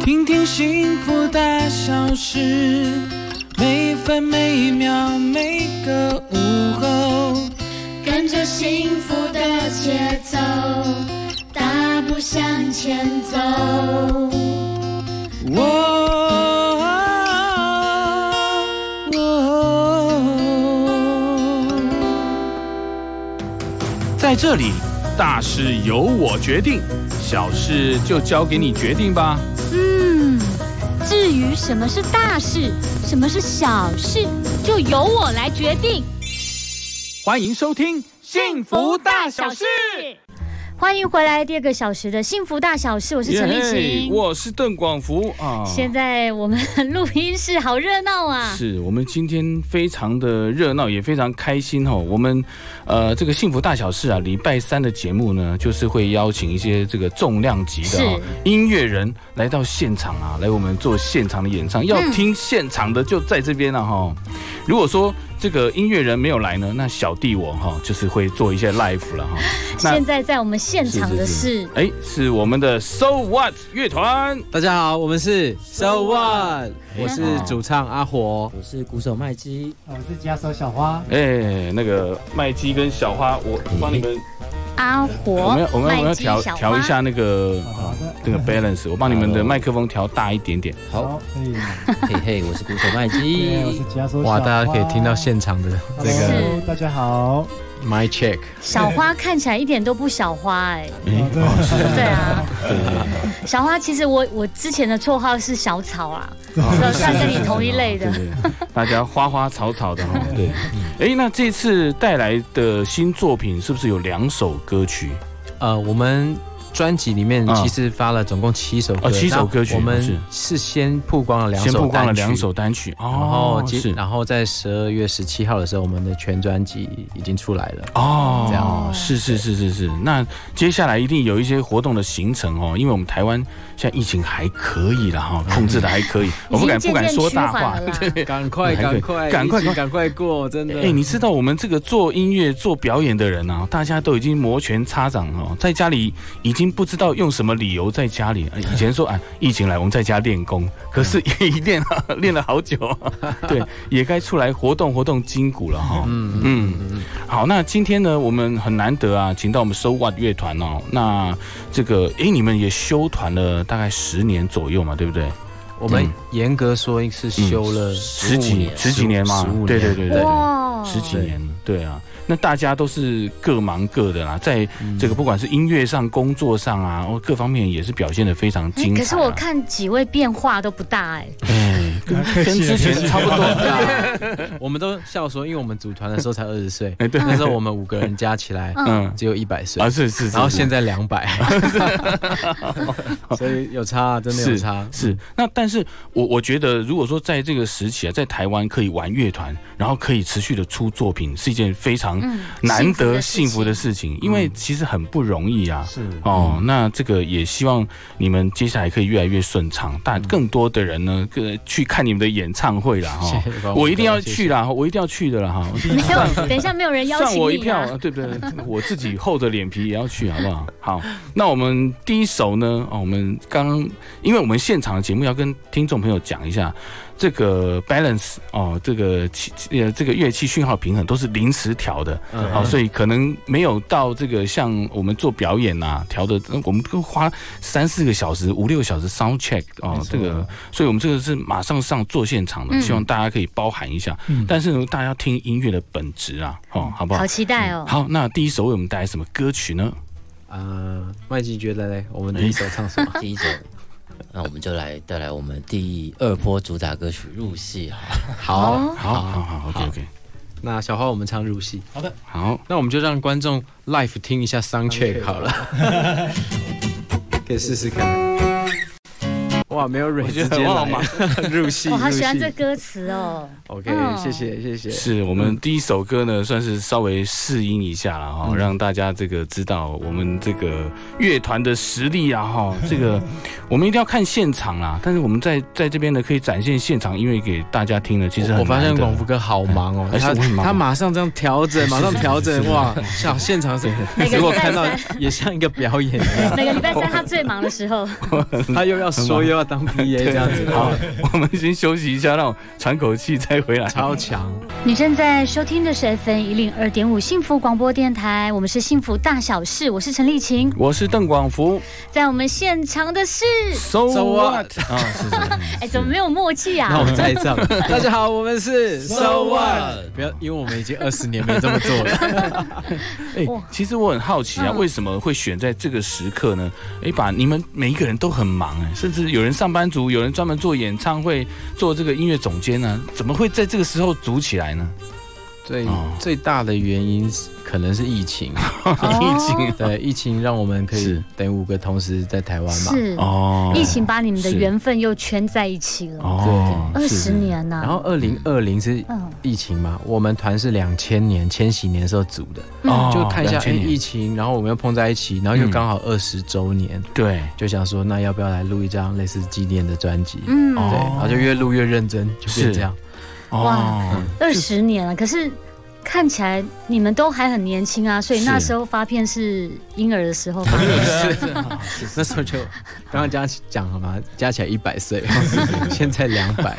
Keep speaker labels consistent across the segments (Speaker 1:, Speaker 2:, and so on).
Speaker 1: 听听幸福大小事，每分每秒每个午后。
Speaker 2: 跟着幸福的节奏，大步向前走。
Speaker 1: 哦我哦我在这里，大事由我决定，小事就交给你决定吧。
Speaker 3: 嗯，至于什么是大事，什么是小事，就由我来决定。
Speaker 1: 欢迎收听《幸福大小事》。
Speaker 3: 欢迎回来第二个小时的幸福大小事，我是陈丽
Speaker 1: 耶嘿
Speaker 3: 琴。
Speaker 1: 我是邓广福啊。
Speaker 3: 现在我们录音室好热闹啊！
Speaker 1: 是我们今天非常的热闹，也非常开心哦。我们呃，这个幸福大小事啊，礼拜三的节目呢，就是会邀请一些这个重量级的、哦、音乐人来到现场啊，来我们做现场的演唱。要听现场的就在这边了、哈、如果说这个音乐人没有来呢，那小弟我哈、就是会做一些 live 了哈、那
Speaker 3: 现在在我们现场的是
Speaker 1: 哎，是我们的 So What 乐团。
Speaker 4: 大家好，我们是 So One，我是主唱阿火。
Speaker 5: 我是鼓手麦基，
Speaker 6: 啊我是家手小花，
Speaker 1: 哎，那个麦基跟小花，我帮你们。
Speaker 3: 阿
Speaker 1: 我
Speaker 3: 火
Speaker 1: 们要我们我们要
Speaker 3: 麦基
Speaker 1: 调
Speaker 3: 小
Speaker 1: 调
Speaker 3: 花
Speaker 1: 一下那个
Speaker 6: 好
Speaker 1: 啊
Speaker 6: 的
Speaker 1: 那个 balance，我把你们的麦克风调大一点点。
Speaker 5: 好，，
Speaker 6: 可以了，
Speaker 5: 嘿嘿，我是鼓手麦
Speaker 6: 对我
Speaker 5: 基
Speaker 6: 是，家手小花。
Speaker 4: 哇，大家可以听到现场的这个
Speaker 6: ，Hello, 大家好，
Speaker 4: My Check，
Speaker 3: 小花看起来一点都不小花哎、
Speaker 1: 哎
Speaker 6: 哦对
Speaker 3: 对啊，
Speaker 1: 对对
Speaker 3: 小花其实我我之前的绰号是小草啊，算算跟你同一类的
Speaker 1: 对，对对，大家花花草草 的哈。对，哎，那这次带来的新作品是不是有两首歌曲？
Speaker 4: 呃，我们专辑里面
Speaker 1: 嗯
Speaker 4: 其实发了总共七首歌，
Speaker 1: 哦七首歌曲
Speaker 4: 那我
Speaker 1: 是
Speaker 4: 们是先曝光了两
Speaker 1: 先
Speaker 4: 首，
Speaker 1: 曝光了两首，单曲，
Speaker 4: 然后
Speaker 1: 哦，
Speaker 4: 接
Speaker 1: 是
Speaker 4: 然后在十二月十七号的时候，我们的全专辑已经出来 了。这
Speaker 1: 哦
Speaker 4: 样，
Speaker 1: 是是是是是。那接下来一定有一些活动的行程哦，因为我们台湾现在疫情还可以了哈，
Speaker 4: 嗯
Speaker 1: 控制的还可以，我不
Speaker 3: 已经
Speaker 1: 敢
Speaker 3: 渐
Speaker 1: 不敢
Speaker 3: 渐
Speaker 1: 说
Speaker 3: 趋
Speaker 1: 大
Speaker 3: 缓
Speaker 1: 话
Speaker 3: 了。啦。
Speaker 4: 赶快
Speaker 1: 赶快
Speaker 4: 赶快
Speaker 1: 赶快
Speaker 4: 一起赶快过，真的。
Speaker 1: 哎、你知道我们这个做音乐、做表演的人啊，大家都已经摩拳擦掌哦，在家里已经不知道用什么理由在家里。呃以前说啊，疫情来我们在家练功，可是一练啊，练了好久、对，也该出来活动活动筋骨了哈、嗯嗯好，那今天呢，我们很难得啊，请到我们 So What 乐团哦。那这个，哎、你们也休团了大概十年左右嘛，对不对？
Speaker 4: 我们
Speaker 1: 嗯
Speaker 4: 严格说是修了
Speaker 1: 十
Speaker 5: 15
Speaker 1: 几
Speaker 5: 年
Speaker 1: 十几年嘛
Speaker 5: 15，年
Speaker 1: 对对对对。
Speaker 3: 哇，
Speaker 1: 十几年了，对啊，那大家都是各忙各的啦，在
Speaker 4: 嗯
Speaker 1: 这个不管是音乐上、工作上啊，哦，各方面也是表现的非常
Speaker 3: 哎
Speaker 1: 精彩、啊。
Speaker 3: 可是我看几位变化都不大哎、
Speaker 1: 哎，跟跟之前差不多，
Speaker 4: 我们都笑说，因为我们组团的时候才二十岁，
Speaker 1: 哎，对，
Speaker 4: 那时候我们五个人加起来
Speaker 1: 嗯，
Speaker 4: 只有一百岁
Speaker 1: 啊，，是是是，
Speaker 4: 然后现
Speaker 1: 在
Speaker 4: 在 两百，所以有差，真的有
Speaker 1: 是
Speaker 4: 差。
Speaker 1: 是，那但是我我觉得，如果说在这个时期啊，在台湾可以玩乐团，然后可以持续的出作品，是一件非常
Speaker 3: 嗯，
Speaker 1: 难得幸
Speaker 3: 幸
Speaker 1: 福
Speaker 3: 福
Speaker 1: 的
Speaker 3: 的
Speaker 1: 事情，因
Speaker 4: 嗯
Speaker 1: 为其实很不容易啊。
Speaker 5: 是
Speaker 1: 哦，那这个也希望你们接下来可以越来越顺畅，但
Speaker 4: 嗯
Speaker 1: 更多的人呢，更去看你们的演唱会啦哈。
Speaker 4: 谢谢帮
Speaker 1: 我一定要
Speaker 4: 谢谢
Speaker 1: 去啦，我一定要去的啦哈。
Speaker 3: 没有，等一下没有人邀
Speaker 1: 算我一
Speaker 3: 请你
Speaker 1: 票呃
Speaker 3: 啊，，
Speaker 1: 对不对？ 我自己厚着脸皮也要去，好不好？好，那我们第一首呢，哦，我们刚刚因为我们现场的节目要跟听众朋友讲一下，这个 balance 哦，这个器呃这个乐器讯号平衡都是临时调的，
Speaker 4: 嗯
Speaker 1: 好、所以可能没有到这个像我们做表演呐、调的，呃我们都花三四个小时、五六个小时 sound check 哦，这个，所以我们这个是马上上做现场的，
Speaker 3: 嗯
Speaker 1: 希望大家可以包含一下。但是呢，大家要听音乐的本质啊，哦，好不嗯好
Speaker 3: 好？期待哦。
Speaker 1: 好，那第一首为我们带来什么歌曲呢？
Speaker 4: 啊，麦基觉得嘞，我
Speaker 1: 哎
Speaker 4: 们第一首唱什么？
Speaker 5: 第一首，那我们就来带来我们第二波主打歌曲《入戏》好
Speaker 3: 哦
Speaker 4: 好，
Speaker 5: 了，
Speaker 1: 好好好，OK OK，
Speaker 4: 那小花我们唱入戏，
Speaker 1: 好，
Speaker 4: 那我们就让观众 live 听一下 sound check 好了，可以试试看。哇，没有蕊直接
Speaker 1: 我觉得很好
Speaker 4: 来
Speaker 1: 嘛
Speaker 4: 入戏，
Speaker 3: 哦我好喜欢
Speaker 4: 入
Speaker 3: 这
Speaker 4: 戏。
Speaker 3: 歌词哦，
Speaker 4: OK，
Speaker 3: 嗯
Speaker 4: 谢谢谢谢。
Speaker 1: 是我们第一首歌呢，算是稍微试音一下了哈、让大家这个知道我们这个乐团的实力啊哈、 这个我们一定要看现场啦，但是我们在在这边呢，可以展现现场音乐给大家听了，其实
Speaker 4: 我
Speaker 1: 很
Speaker 4: 我发现
Speaker 1: 难得
Speaker 4: 广福哥好忙哦，
Speaker 1: 哎是
Speaker 4: 他
Speaker 1: 我很忙
Speaker 4: 他马上这样调整，马上调整，哇，像现场是
Speaker 3: 每个
Speaker 4: 结果
Speaker 3: 礼拜
Speaker 4: 看到
Speaker 3: 三，
Speaker 4: 也像一个表演一 样。
Speaker 3: 每个礼拜三他最忙的时候，
Speaker 4: 他又要说又要要当 PA 这样子，
Speaker 1: 好，我们先休息一下，让我喘口气再回来。
Speaker 4: 超强。
Speaker 3: 你正在收听的是 FM 一零二点五幸福广播电台，我们是幸福大小事，我是陈丽琴，
Speaker 1: 我是邓广福
Speaker 3: 在我们现场的是，
Speaker 1: ，So
Speaker 4: So
Speaker 1: what？啊，是是是
Speaker 3: 哎，怎么没有默契啊？
Speaker 4: 那我们再唱。大家好，我们是
Speaker 5: So what？
Speaker 4: 不要，因为我们已经二十年没这么做了。
Speaker 1: 哎、
Speaker 3: 哇
Speaker 1: 其实我很好奇啊，
Speaker 3: 嗯
Speaker 1: 为什么会选在这个时刻呢？哎、把你们每一个人都很忙哎、甚至有人上班族，有人专门做演唱会，做这个音乐总监呢、怎么会在这个时候组起来呢？
Speaker 4: 最
Speaker 1: 哦
Speaker 4: 最大的原因是可能是疫情，
Speaker 3: 哦
Speaker 1: 疫情
Speaker 4: 对，疫情让我们可以
Speaker 1: 是
Speaker 4: 等于五个同时在台湾嘛。
Speaker 3: 是、
Speaker 1: 哦
Speaker 3: 疫情把你们的
Speaker 1: 是
Speaker 3: 缘分又圈在一起了，
Speaker 1: 哦，
Speaker 3: 二
Speaker 1: 是
Speaker 3: 十、年呐、
Speaker 4: 然后二零二零是
Speaker 3: 嗯，
Speaker 4: 疫情嘛，我们团是两千年千禧年的时候组的，
Speaker 3: 嗯
Speaker 1: 哦
Speaker 4: 就看一下哎、
Speaker 1: 2000年
Speaker 4: 疫情，然后我们又碰在一起，然后又
Speaker 1: 嗯
Speaker 4: 刚好二十周年，
Speaker 1: 对，
Speaker 4: 就想说那要不要来录一张类似纪念的专辑？
Speaker 3: 嗯，
Speaker 4: 对，
Speaker 1: 哦
Speaker 4: 然后就越录越认真，就变
Speaker 1: 是
Speaker 4: 这样。
Speaker 1: 哦，
Speaker 3: 二十年了，可是看起来你们都还很年轻啊，所以那
Speaker 1: 是
Speaker 3: 时候发片是婴儿的时候发片，
Speaker 4: 那时候就刚刚加讲了嘛，加起来一 百岁，现在两百。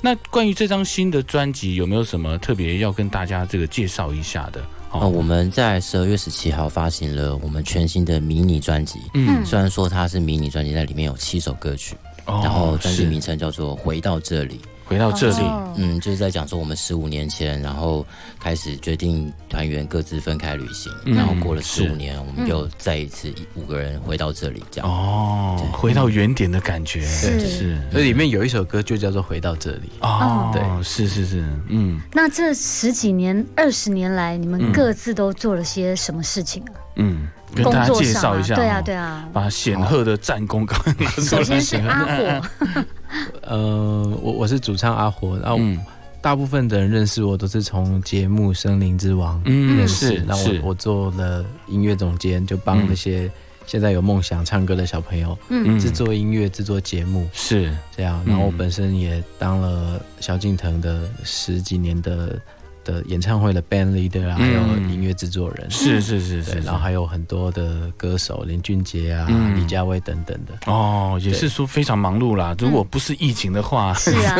Speaker 1: 那关于这张新的专辑，有没有什么特别要跟大家这个介绍一下的？
Speaker 5: 哦，我们在十二月十七号发行了我们全新的迷你专辑。
Speaker 1: 嗯，
Speaker 5: 虽然说它是迷你专辑，但里面有七首歌曲，
Speaker 1: 哦
Speaker 5: 然后专辑
Speaker 1: 是
Speaker 5: 名称叫做《回到这里》。
Speaker 1: 回到这里，
Speaker 3: 哦
Speaker 5: 嗯，就是在讲说我们十五年前，然后开始决定团员各自分开旅行，
Speaker 1: 嗯
Speaker 5: 然后过了十
Speaker 1: 是
Speaker 5: 五年，我们又再一次一五个人回到这里，这样。
Speaker 1: 哦，回到原点的感觉，
Speaker 3: 是
Speaker 1: 是
Speaker 4: 所以里面有一首歌就叫做《回到这里
Speaker 1: 哦，
Speaker 4: 对，
Speaker 1: 是是是，嗯
Speaker 3: 那这十几年、二十年来，你们各自都做了些什么事情啊？
Speaker 1: 嗯，跟
Speaker 3: 工
Speaker 1: 大家
Speaker 3: 作
Speaker 1: 介
Speaker 3: 上
Speaker 1: 绍
Speaker 3: 啊，
Speaker 1: 一下，
Speaker 3: 对啊，对
Speaker 1: 啊，
Speaker 3: 啊。
Speaker 1: 把显赫的战功刚刚拿出
Speaker 3: 首
Speaker 1: 来，
Speaker 3: 先是 阿火，》。
Speaker 4: 呃，我我是主唱阿火，然后
Speaker 1: 嗯
Speaker 4: 大部分的人认识我都是从节目《森林之王》
Speaker 1: 嗯
Speaker 4: 认识，
Speaker 1: 是
Speaker 4: 然后
Speaker 1: 是
Speaker 4: 我我做了音乐总监，就帮
Speaker 1: 嗯
Speaker 4: 那些现在有梦想唱歌的小朋友
Speaker 1: 嗯
Speaker 4: 制作音乐、制作节目
Speaker 1: 是
Speaker 4: 这样。然后我
Speaker 1: 嗯
Speaker 4: 本身也当了萧敬腾的十几年的的演唱会的 band leader 啊，还有
Speaker 1: 嗯
Speaker 4: 音乐制作人。
Speaker 1: 是是是
Speaker 4: 对
Speaker 1: 是，，
Speaker 4: 然后还有很多的歌手，林俊杰啊、
Speaker 1: 嗯
Speaker 4: 李佳薇等等的，
Speaker 1: 哦，也是说非常忙碌啦。如
Speaker 3: 嗯
Speaker 1: 果不是疫情的 话，
Speaker 3: 是啊，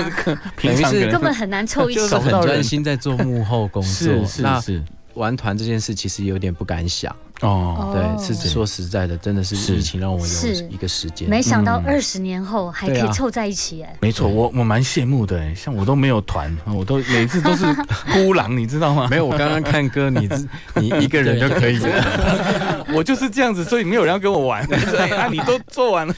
Speaker 1: 平常
Speaker 4: 等于是
Speaker 1: 可
Speaker 3: 根
Speaker 1: 能
Speaker 3: 本很难凑一
Speaker 4: 就是
Speaker 3: 起。
Speaker 4: 很专心在做幕后工
Speaker 1: 是
Speaker 4: 作。
Speaker 1: 是
Speaker 4: 那
Speaker 1: 是
Speaker 4: 玩团这件事其实有点不敢想，
Speaker 1: 哦，
Speaker 3: 哦
Speaker 4: 对，是说实在的，真的是
Speaker 1: 是
Speaker 4: 疫情让我有
Speaker 3: 是
Speaker 4: 一个时间。
Speaker 3: 没想到
Speaker 1: 嗯
Speaker 3: 二十年后还可
Speaker 4: 对
Speaker 3: 以
Speaker 4: 啊
Speaker 3: 凑在一起，哎，
Speaker 1: 没错，我我蛮羡慕的哎，像我都没有团，我 都每次都是孤狼，你知道吗？
Speaker 4: 没有，我刚刚看歌，你 自你一个人就可以了。
Speaker 1: 我就是这样子，所以没有人要跟我 玩。就是哎啊，你都做完了，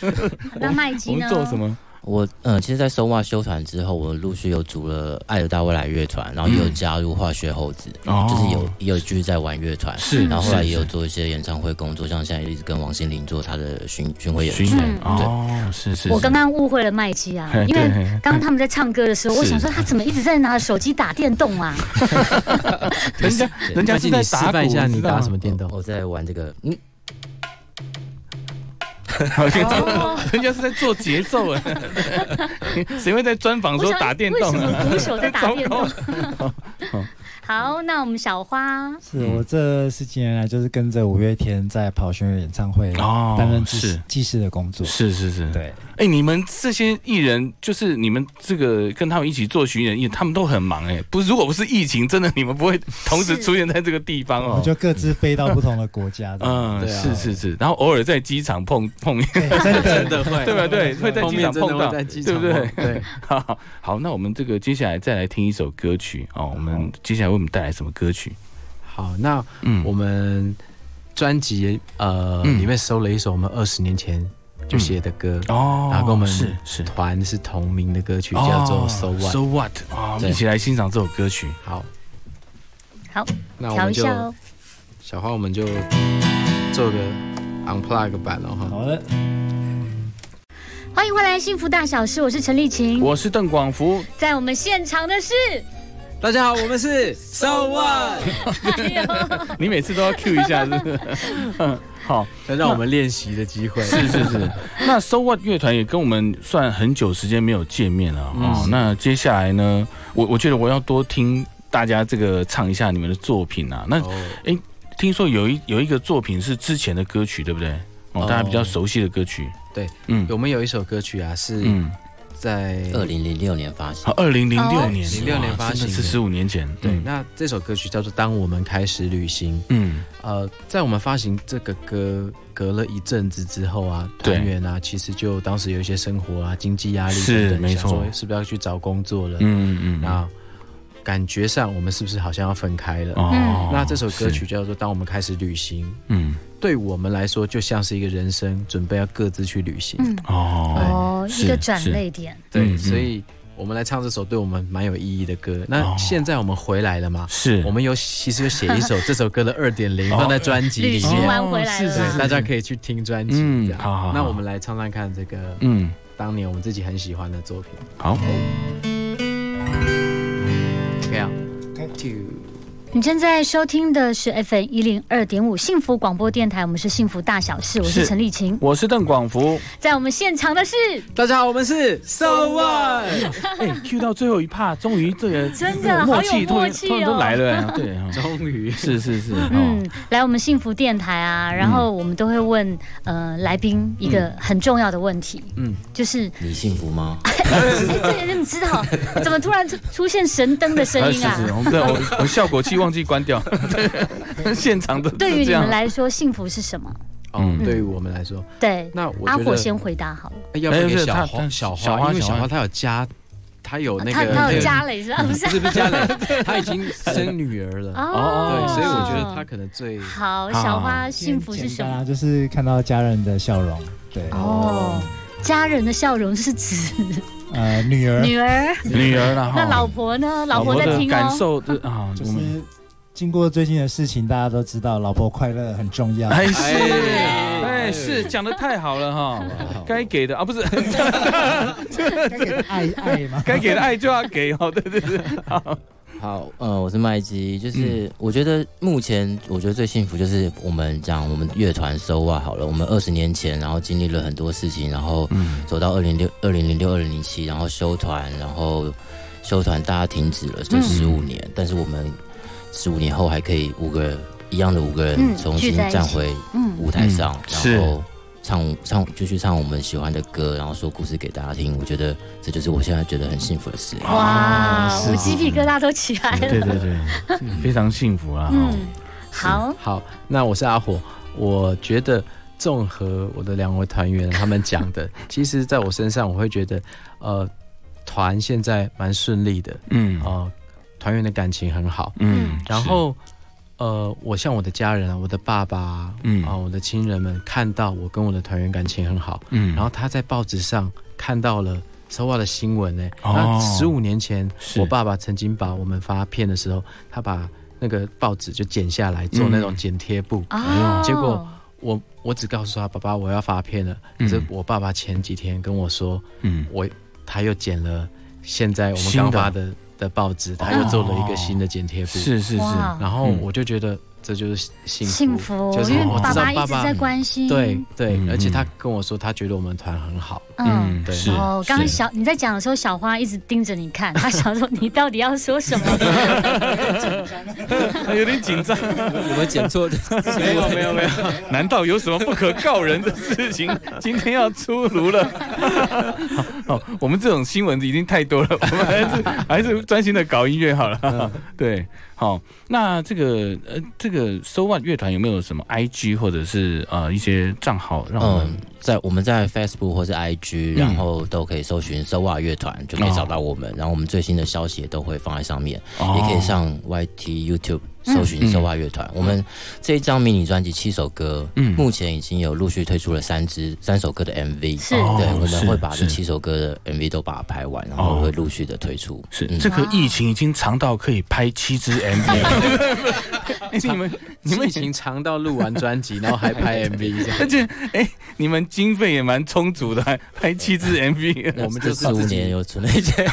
Speaker 3: 那麦
Speaker 1: 我
Speaker 3: 基呢
Speaker 1: 们？做什么？
Speaker 5: 我嗯，其实，在收袜休团之后，我陆续有组了爱的大未来乐团，然后也
Speaker 1: 嗯
Speaker 5: 有加入化学猴子，
Speaker 1: 哦
Speaker 5: 就是有也有继续在玩乐团，
Speaker 1: 是
Speaker 5: 然后后来
Speaker 1: 是
Speaker 5: 也有
Speaker 1: 是
Speaker 5: 做一些演唱会工作，像现在一直跟王心凌做她的巡巡回演出
Speaker 1: 巡。演
Speaker 3: 嗯
Speaker 1: 哦，是是。
Speaker 3: 我刚
Speaker 1: 是
Speaker 3: 刚误会了麦基啊
Speaker 1: 嘿，
Speaker 3: 因为
Speaker 1: 对
Speaker 3: 刚刚他们在唱歌的时候，
Speaker 1: 是
Speaker 3: 我想说他怎么一直在拿着手机打电动啊？
Speaker 1: 人家
Speaker 5: 对
Speaker 1: 人家是
Speaker 4: 你
Speaker 1: 在
Speaker 4: 示
Speaker 1: 打
Speaker 4: 范
Speaker 1: 鼓，
Speaker 4: 一下，
Speaker 1: 知
Speaker 4: 你
Speaker 1: 道吗
Speaker 4: 打 什么电动？
Speaker 5: 我在玩这个，嗯，
Speaker 3: 哦
Speaker 1: 人家是在做节奏 哎，谁会在专访的
Speaker 3: 我
Speaker 1: 时
Speaker 3: 想
Speaker 1: 候打电动
Speaker 3: 为什
Speaker 1: 啊？
Speaker 3: 么鼓手在打电动
Speaker 1: 糟？
Speaker 3: 好，那我们小花，
Speaker 6: 是我这十几年来就是跟着五月天在跑巡演演唱会，
Speaker 1: 哦
Speaker 6: 担任
Speaker 1: 是
Speaker 6: 技技师的工
Speaker 4: 哦
Speaker 6: 作。
Speaker 1: 是是是，
Speaker 6: 对，
Speaker 1: 哎，你们这些艺人，就是你们这个跟他们一起做巡演，他们都很忙哎，不是如果不是疫情，真的你们不会同时
Speaker 3: 是
Speaker 1: 出现在这个地方
Speaker 6: 我
Speaker 1: 哦
Speaker 6: 们。就各自飞到不同的国家。嗯，
Speaker 1: 嗯，
Speaker 4: 对啊
Speaker 1: 是是是，然后偶尔在机场碰碰面，
Speaker 6: 对真 的
Speaker 4: 真的会，
Speaker 1: 对吧？对，会在
Speaker 4: 后
Speaker 1: 机
Speaker 4: 面
Speaker 1: 场
Speaker 4: 真的
Speaker 1: 碰
Speaker 4: 会
Speaker 1: 到，
Speaker 4: 在机场
Speaker 1: 对不对？
Speaker 4: 对，
Speaker 1: 好，好，那我们这个接下来再来听一首歌曲哦。我们接下来为我们带来什么歌曲？
Speaker 4: 好，那
Speaker 1: 嗯
Speaker 4: 我们专辑呃
Speaker 1: 嗯
Speaker 4: 里面收了一首我们二十年前就写的歌，
Speaker 1: 哦
Speaker 4: 然后跟我们
Speaker 1: 是是哦
Speaker 4: 团是同名的歌曲，叫做《So What》。
Speaker 1: What 啊，我们
Speaker 4: 对
Speaker 1: 一起来欣赏这首歌曲。
Speaker 4: 好，
Speaker 3: 好，
Speaker 4: 那我
Speaker 3: 调
Speaker 4: 们
Speaker 3: 一
Speaker 4: 就
Speaker 3: 下哦。
Speaker 4: 小花，我们就做个 unplug 版了哈。
Speaker 6: 好的，
Speaker 3: 欢迎回来，《幸福大小事》，我是陈丽琴，
Speaker 1: 我是邓广福，
Speaker 3: 在我们现场的是，
Speaker 4: 大家好，我们是 So What，
Speaker 3: 哎呦
Speaker 1: 你每次都要 Q 一下，是不是？嗯，好，
Speaker 4: 这让我们练习的机会。
Speaker 1: 是是是。 那 So What 乐团也跟我们算很久时间没有见面了
Speaker 4: 嗯
Speaker 1: 哦。那接下来呢，我我觉得我要多听大家这个唱一下你们的作品啊。那
Speaker 4: 哦，
Speaker 1: 听说有一有一个作品是之前的歌曲，对不对？哦，
Speaker 4: 哦
Speaker 1: 大家比较熟悉的歌曲嗯
Speaker 4: 我们有一首歌曲啊，是
Speaker 1: 嗯，
Speaker 4: 在
Speaker 5: 二零零六年发行
Speaker 1: 好，，二零零六年，
Speaker 4: 零六年发
Speaker 1: 真
Speaker 4: 行
Speaker 1: 的是
Speaker 4: 的。
Speaker 1: 十五年前，
Speaker 4: 对，那这首歌曲叫做《当我们开始旅行》。
Speaker 1: 嗯
Speaker 4: 呃，在我们发行这个歌隔了一阵子之后啊，
Speaker 1: 对
Speaker 4: 团员啊，其实就当时有一些生活啊、经济压力
Speaker 1: 是
Speaker 4: 等等
Speaker 1: 没
Speaker 4: 想说
Speaker 1: 错
Speaker 4: 是不是要去找工作了？
Speaker 1: 嗯嗯嗯，
Speaker 4: 那感觉上我们是不是好像要分开了？
Speaker 1: 哦
Speaker 4: 那这首歌曲，叫做《当我们开始旅行》，
Speaker 1: 是嗯，
Speaker 4: 对我们来说就像是一个人生，准备要各自去旅行。
Speaker 3: 嗯，
Speaker 1: 哦，
Speaker 3: 哦，
Speaker 1: 是
Speaker 3: 一个转
Speaker 1: 是
Speaker 3: 泪点，
Speaker 4: 对，
Speaker 1: 嗯
Speaker 4: 所以我们来唱这首对我们蛮有意义的歌。
Speaker 1: 哦
Speaker 4: 那现在我们回来了嘛？
Speaker 1: 是
Speaker 4: 我们有其实有写一首这首歌的二点零
Speaker 1: 哦
Speaker 4: 放在专辑
Speaker 3: 旅
Speaker 4: 里
Speaker 3: 行
Speaker 4: 面，
Speaker 3: 完嗯回来
Speaker 1: 是是
Speaker 4: 对
Speaker 1: 是
Speaker 3: 了，
Speaker 4: 大家可以去听专辑。
Speaker 1: 嗯
Speaker 4: 这样
Speaker 1: 好好好
Speaker 4: 那我们来唱唱看这个
Speaker 1: 嗯，
Speaker 4: 当年我们自己很喜欢的作品。
Speaker 1: 好，
Speaker 4: OK 啊
Speaker 6: OK
Speaker 4: ，Two
Speaker 3: 你正在收听的是 FM 一零二点五幸福广播电台，我们是幸福大小事，我是
Speaker 1: 是
Speaker 3: 陈丽琴，
Speaker 1: 我是邓广 福，
Speaker 3: 在我们现场的是
Speaker 4: 大家好，我们是 So One，
Speaker 1: 哎，Q 到最后一趴，终于这个
Speaker 3: 真的
Speaker 1: 默
Speaker 3: 好有
Speaker 1: 契突
Speaker 3: 默
Speaker 1: 然
Speaker 3: 契
Speaker 1: 突然都来
Speaker 3: 哦。
Speaker 1: 了，哎 对，哦
Speaker 4: 终于
Speaker 1: 是是是，哦，
Speaker 3: 嗯来我们幸福电台啊，
Speaker 4: 嗯
Speaker 3: 然后我们都会问呃来宾一个很重要的问题，嗯
Speaker 4: 嗯，
Speaker 3: 就是
Speaker 5: 你幸福吗？
Speaker 3: 哎，对，你们知道怎么突然出出现神灯的声
Speaker 1: 哎
Speaker 3: 音
Speaker 1: 是
Speaker 3: 啊？
Speaker 4: 哦
Speaker 1: 是，我们对我我效果器忘记关掉， 对现场的
Speaker 3: 对于
Speaker 1: 这
Speaker 3: 你
Speaker 1: 样
Speaker 3: 们，来说，幸福是什么？
Speaker 4: 哦，
Speaker 1: 嗯
Speaker 4: 对于我们来说，
Speaker 3: 对，
Speaker 4: 那我
Speaker 3: 阿
Speaker 4: 觉
Speaker 3: 火
Speaker 4: 得
Speaker 3: 先回答好了。
Speaker 4: 哎要不要
Speaker 1: 哎
Speaker 4: 给
Speaker 1: 是
Speaker 4: 小
Speaker 1: 他
Speaker 4: 花
Speaker 1: 他
Speaker 4: 小
Speaker 1: 小花
Speaker 4: 花，因为
Speaker 1: 小
Speaker 4: 小
Speaker 1: 花
Speaker 4: 花她有加，她有那
Speaker 3: 他
Speaker 4: 个
Speaker 3: 他
Speaker 4: 那
Speaker 3: 有
Speaker 4: 个
Speaker 3: 家累是吧？啊不 是
Speaker 4: 不是不是家 人，她已经生女儿了。
Speaker 3: 哦
Speaker 4: 对，所以我觉得她可能最
Speaker 3: 好，小花幸福是什
Speaker 6: 简单
Speaker 3: 么？
Speaker 6: 啊？就是看到家人的笑容，对，
Speaker 3: 哦，家人的笑容是指
Speaker 6: 呃，女儿
Speaker 3: 女儿，
Speaker 1: 女儿了
Speaker 4: 哦
Speaker 3: 那
Speaker 1: 哈，
Speaker 3: 老婆呢？老婆在
Speaker 1: 的
Speaker 3: 听
Speaker 1: 感
Speaker 3: 哦。
Speaker 1: 受的啊，
Speaker 6: 就
Speaker 1: 我们
Speaker 6: 是经过最近的事情，大家都知道，老婆快乐很重要。
Speaker 1: 哎是
Speaker 4: 哎
Speaker 1: 哎是讲的太 好了哈，该给的啊不是
Speaker 6: 该给爱爱吗？
Speaker 1: 该给的爱就要给哦，对对对，好
Speaker 5: 好，呃，我是麦基，就是我觉得目前我觉得最幸福就是我们讲我们乐团 So What 好了，我们二十年前然后经历了很多事情，然后
Speaker 1: 嗯
Speaker 5: 走到二零六、二零零六、二零零七，然后休团，然后休团大家停止了这十五年，但是我们十五年后还可以五个人一样的五个
Speaker 3: 嗯
Speaker 5: 人重
Speaker 3: 聚
Speaker 5: 新
Speaker 3: 在一起
Speaker 5: 站回
Speaker 3: 嗯，
Speaker 5: 舞台上，
Speaker 1: 嗯
Speaker 5: 然后唱唱继续唱我们喜欢的歌，然后说故事给大家听。我觉得这就是我现在觉得很幸福的事。
Speaker 4: 啊
Speaker 3: 哇，
Speaker 1: 是
Speaker 3: 我鸡皮疙瘩都起 来
Speaker 1: 对
Speaker 3: 了。
Speaker 1: 对对， 非常幸福啊，哈
Speaker 3: 嗯，好，
Speaker 4: 好。那我是阿火，我觉得综合我的两位团员他们讲 的，其实在我身上我会觉得，呃，团现在蛮顺利的，
Speaker 1: 嗯
Speaker 4: 呃，团员的感情很好，
Speaker 1: 嗯，
Speaker 4: 然后。呃，我像我的家人啊，我的爸爸啊，
Speaker 1: 嗯
Speaker 4: 啊我的亲人们看到我跟我的团员感情很好，
Speaker 1: 是嗯
Speaker 4: 然后他在报纸上看到了 SOA 的新闻呢。
Speaker 1: 哦
Speaker 4: 那十五年前，
Speaker 1: 是
Speaker 4: 我爸爸曾经把我们发片的时候，他把那个报纸就剪下来做那种剪贴布。哎
Speaker 3: 哦，
Speaker 4: 结果我我只告诉他爸爸我要发片了，可
Speaker 1: 嗯
Speaker 4: 是我爸爸前几天跟我说，
Speaker 1: 嗯
Speaker 4: 我他又剪了现在我们刚发的哦的报纸，他又做了一个新的剪贴布。
Speaker 1: 是是是，
Speaker 3: 哇
Speaker 4: 然后
Speaker 1: 嗯
Speaker 4: 我就觉得这就是幸
Speaker 3: 幸福，
Speaker 4: 就是
Speaker 3: 因为
Speaker 4: 我
Speaker 3: 爸
Speaker 4: 知道
Speaker 3: 爸一
Speaker 4: 爸
Speaker 3: 直在
Speaker 4: 爸。
Speaker 3: 关心。
Speaker 4: 对对
Speaker 1: 嗯，
Speaker 4: 而且他
Speaker 1: 嗯
Speaker 4: 跟我说，他觉得我们团很好，
Speaker 3: 嗯。
Speaker 1: 嗯
Speaker 4: 对
Speaker 1: 是，
Speaker 3: 哦，刚刚
Speaker 1: 是
Speaker 3: 小你在讲的时候，小花一直盯着你看，她想说你到底要说什么？
Speaker 1: 有点紧张，
Speaker 5: 我们剪错的，
Speaker 4: 没有没有没有，
Speaker 1: 难道有什么不可告人的事情今天要出炉了？ 好，好我们这种新闻已经太多了， 我们还是还是专心的搞音乐好了。 对，好，那这个呃，这个 So What 乐团有没有什么 IG 或者是呃一些账号让我
Speaker 5: 嗯
Speaker 1: 们？，
Speaker 5: 在我们在 Facebook 或是 IG，
Speaker 1: 嗯哦
Speaker 5: 然后都可以搜寻 SOWA 乐团，就可以找到我们。然后我们最新的消息也都会放在上面，嗯也可以上 YT、YouTube 搜寻
Speaker 1: 嗯
Speaker 5: SOWA 乐团。我们这一张迷你专辑七首歌，
Speaker 1: 嗯
Speaker 5: 目前已经有陆续推出了三支三首歌的 MV。
Speaker 3: 是
Speaker 1: 哦
Speaker 5: 对，我们会把
Speaker 1: 是
Speaker 5: 这
Speaker 1: 是
Speaker 5: 七首歌的 MV 都把它拍完，然后会陆续的推出。
Speaker 1: 是
Speaker 5: 嗯
Speaker 1: 这个疫情已经长到可以拍七支 MV 了，哎 你们你
Speaker 4: 你
Speaker 1: 们
Speaker 4: 们
Speaker 1: 已
Speaker 4: 已
Speaker 1: 经
Speaker 4: 经尝到录完专辑，然后还拍 MV 这样
Speaker 1: 而。且哎，你们经费也蛮充足的，还拍七支 MV，
Speaker 5: 那
Speaker 1: 我们
Speaker 5: 这四五年有存了一些，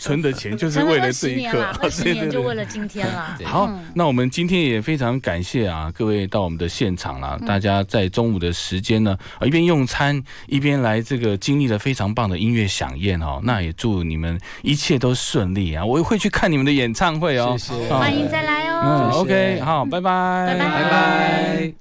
Speaker 1: 存的钱就是
Speaker 3: 成为
Speaker 1: 为
Speaker 3: 二
Speaker 1: 了
Speaker 3: 十
Speaker 1: 这一
Speaker 3: 年
Speaker 1: 刻
Speaker 3: 了，，二 十
Speaker 1: 对
Speaker 3: 年
Speaker 1: 对
Speaker 3: 就
Speaker 1: 对
Speaker 3: 为了今天了。
Speaker 1: 好
Speaker 3: 嗯，
Speaker 1: 那我们今天也非常感谢啊各位到我们的现场啦，大家在中午的时间呢，呃一边用餐一边来这个经历了非常棒的音乐飨宴哦。那也祝你们一切都顺利啊！我也会去看你们的演唱会哦。
Speaker 4: 谢谢，
Speaker 1: 好
Speaker 3: 欢迎再来哦。
Speaker 1: 嗯
Speaker 4: 谢谢
Speaker 1: ，OK，好，拜拜，
Speaker 3: 拜拜
Speaker 4: 拜拜。